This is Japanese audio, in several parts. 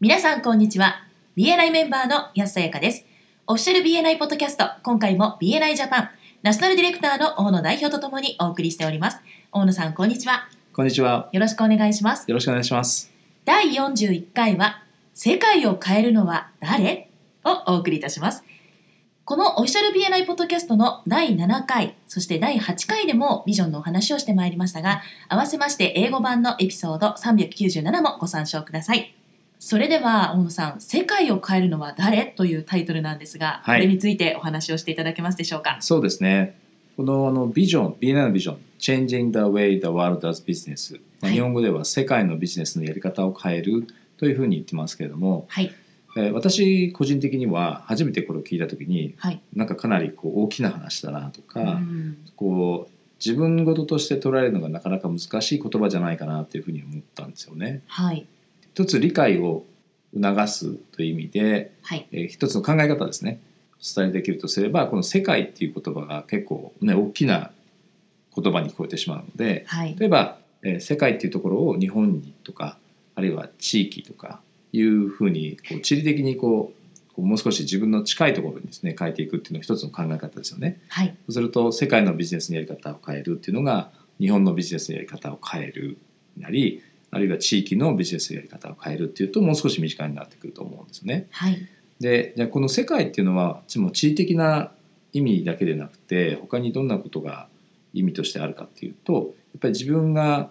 皆さん、こんにちは。BNI メンバーの安さやかです。オフィシャル BNI ポッドキャスト、今回も BNI ジャパン、ナショナルディレクターの大野代表とともにお送りしております。大野さん、こんにちは。こんにちは。よろしくお願いします。よろしくお願いします。第41回は「世界を変えるのは誰?」をお送りいたしますこのオフィシャル BNI ポッドキャストの第7回そして第8回でもビジョンのお話をしてまいりましたが合わせまして英語版のエピソード397もご参照くださいそれでは大野さん「世界を変えるのは誰?」というタイトルなんですが、はいこれについてお話をしていただけますでしょうかそうですね。このあのビジョン、BNI のビジョン、Changing the way the world does business。はまあい日本語では世界のビジネスのやり方を変えるというふうに言ってますけれども、はいえー私個人的には初めてこれを聞いたときに、はいなんかかなりこう大きな話だなとか、うんこう自分事として捉えるのがなかなか難しい言葉じゃないかなというふうに思ったんですよね。はい一つ理解を促すという意味で、はいえー一つの考え方ですねお伝えできるとすればこの「世界」っていう言葉が結構ね大きな言葉に聞こえてしまうのではい例えば、えー世界っていうところを日本にとかあるいは地域とかいうふうにこう地理的にこうこうもう少し自分の近いところにですね変えていくっていうのが一つの考え方ですよね。はいそうすると世界のビジネスのやり方を変えるっていうのが日本のビジネスのやり方を変えるなりあるいは地域のビジネスのやり方を変えるっていうともう少し身近になってくると思うんですね。はいでじゃあこの世界っていうのはもう地理的な意味だけでなくて他にどんなことが意味としてあるかっていうとやっぱり自分が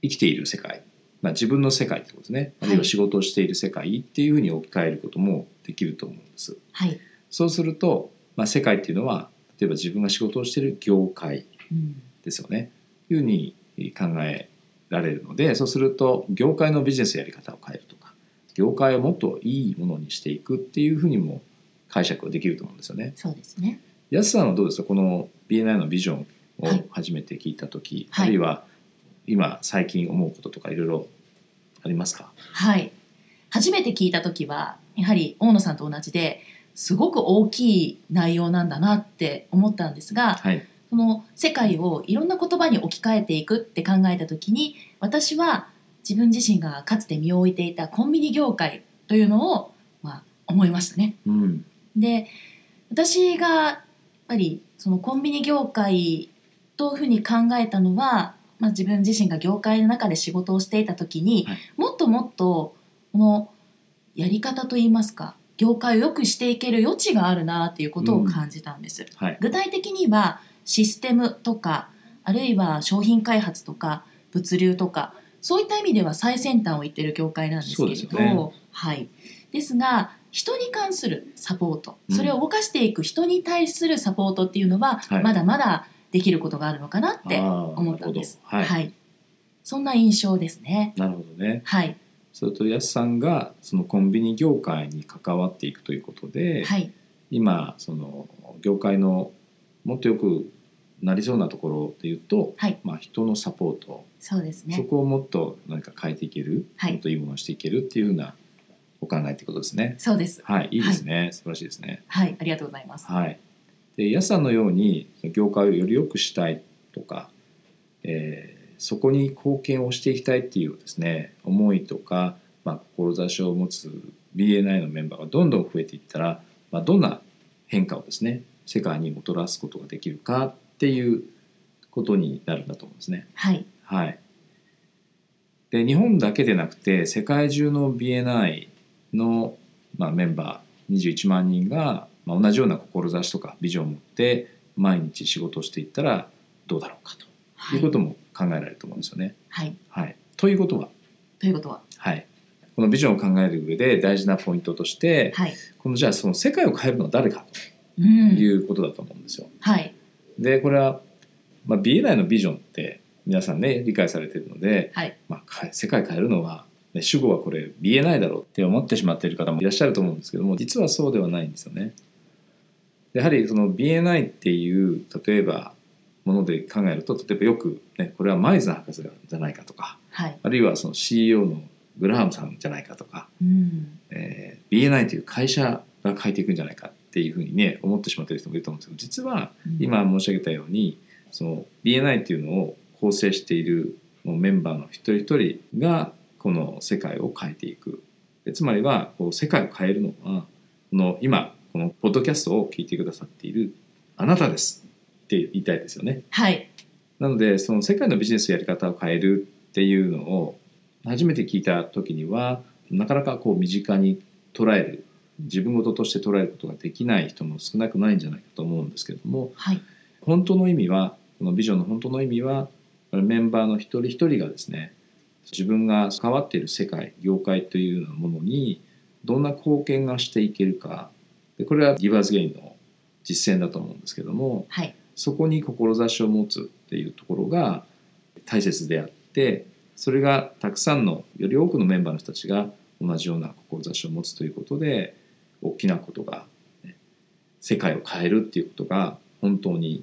生きている世界、まあ、自分の世界ってことですねはあいるいは仕事をしている世界っていうふうに置き換えることもできると思うんです。はい、そうすると、まあ、世界っていうのは例えば自分が仕事をしている業界うん、ですよねいうふうに考えられるのでそうすると業界のビジネスやり方を変えるとか業界をもっといいものにしていくっていうふうにも解釈ができると思うんですよね。そうですね安さんはどうですかこの BNI のビジョンをはい初めて聞いた時、はいあるいは今最近思うこととかいろいろありますか、はい初めて聞いた時はやはり大野さんと同じですごく大きい内容なんだなって思ったんですがはいその世界をいろんな言葉に置き換えていくって考えた時に私は自分自身がかつて身を置いていたコンビニ業界というのを、まあ、思いましたね。うんで私がやっぱりそのコンビニ業界というふうに考えたのは、まあ、自分自身が業界の中で仕事をしていた時に、はいもっともっとこのやり方といいますか業界を良くしていける余地があるなっていうことを感じたんです。はい具体的にはシステムとかあるいは商品開発とか物流とかそういった意味では最先端を言ってる業界なんですけれそうどですよはい、ですが人に関するサポートうんそれを動かしていく人に対するサポートっていうのは、はいまだまだできることがあるのかなって思思ったんです。はい、そんな印象ですね。なるほどね。はい、それと安さんがそのコンビニ業界に関わっていくということで、はい、今その業界のもっとよくなりそうなところでいうと、はいまあ、人のサポート、そうですそね。こをもっと何か変えていける、はいもっといいものをしていけるっていうふうなお考えってことですね。そうです。はい、いいですね、素晴らしいですね。はい、ありがとうございます。はい、で安さんのように業界をより良くしたいとか、えーそこに貢献をしていきたいっていうですね思いとか、まあ、志を持つ BNI のメンバーがどんどん増えていったら、まあ、どんな変化をですね世界にもたらすことができるかっていうことになるんだと思うんですね。はい、はい、で日本だけでなくて世界中の BNI の、まあ、メンバー21万人が、まあ、同じような志とかビジョンを持って毎日仕事をしていったらどうだろうかとはいいうことも考えられると思うんですよね。はい、はい、ということは、ということは、はい、このビジョンを考える上で大事なポイントとしてはい、このじゃあその世界を変えるのは誰かうとん、いうことだと思うんですよ。はい、でこれは、まあ、BNI のビジョンって皆さんね理解されてるので、はい、まあ、変え世界変えるのは、ね、主語はこれ BNI だろうって思ってしまっている方もいらっしゃると思うんですけども実はそうではないんですよね。やはりその BNI っていう例えばもので考えると例えばよく、ね、これはマイズナー博士じゃないかとかはい、あるいはその CEO のグラハムさんじゃないかとか、うん、えー BNI という会社が変えていくんじゃないかっていうふうにね思ってしまっている人もいると思うんですけど実はうん今申し上げたようにその BNI っていうのを構成しているメンバーの一人一人がこの世界を変えていくでつまりはこう世界を変えるのはこの今このポッドキャストを聞いてくださっているあなたですって言いたいですよね。はいなのでその世界のビジネスやり方を変えるっていうのを初めて聞いた時にはなかなかこう身近に捉える自分事として捉えることができない人も少なくないんじゃないかと思うんですけれどもはい本当の意味はこのビジョンの本当の意味はメンバーの一人一人がですね自分が関わっている世界業界というようなものにどんな貢献がしていけるかでこれはギバーズゲインの実践だと思うんですけどもはいそこに志を持つっていうところが大切であってそれがたくさんのより多くのメンバーの人たちが同じような志を持つということで大きなことがね世界を変えるっていうことが本当に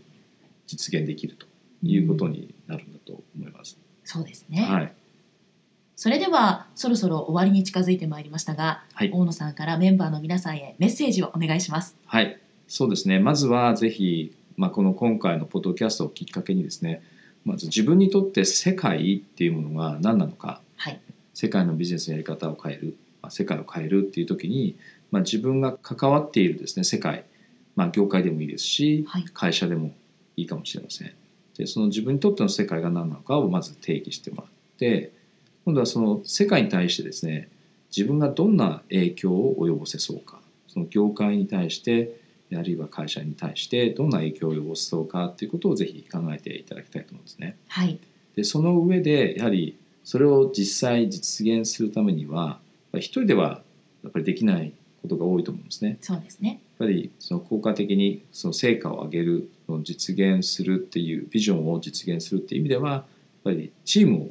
実現できるということになるんだと思います。そうですね、はい、それではそろそろ終わりに近づいてまいりましたが、はい大野さんからメンバーの皆さんへメッセージをお願いしますはい、そうですね。まずはぜひ、まあ、この今回のポッドキャストをきっかけにですね、まず自分にとって世界っていうものが何なのか、はい世界のビジネスのやり方を変える、まあ、世界を変えるっていう時に、まあ、自分が関わっているですね世界、まあ、業界でもいいですし、はい会社でもいいかもしれませんでその自分にとっての世界が何なのかをまず定義してもらって今度はその世界に対してですね自分がどんな影響を及ぼせそうかその業界に対してあるいは会社に対してどんな影響を及ぼせそうかっていうことをぜひ考えていただきたいと思うんですね。はいでその上でやはりそれを実際実現するためにはやっぱり一人ではやっぱりできないことが多いと思うんですね。そうですねやっぱりその効果的にその成果を上げるその実現するっていうビジョンを実現するっていう意味ではやっぱりチームを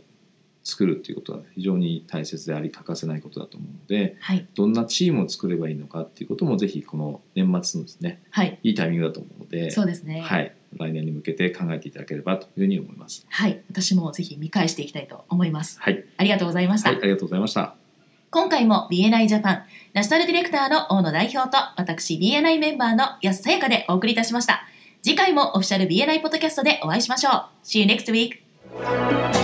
作るっていうことは非常に大切であり欠かせないことだと思うのではいどんなチームを作ればいいのかっていうこともぜひこの年末のですねはいいいタイミングだと思うのでそうですねはい、来年に向けて考えていただければというふうに思います。はい私もぜひ見返していきたいと思いますはい、ありがとうございました、はい、ありがとうございました。今回も BNI ジャパンナショナルディレクターの大野代表と私 BNI メンバーの安さやかでお送りいたしました次回もオフィシャル BNI ポッドキャストでお会いしましょう See you next week!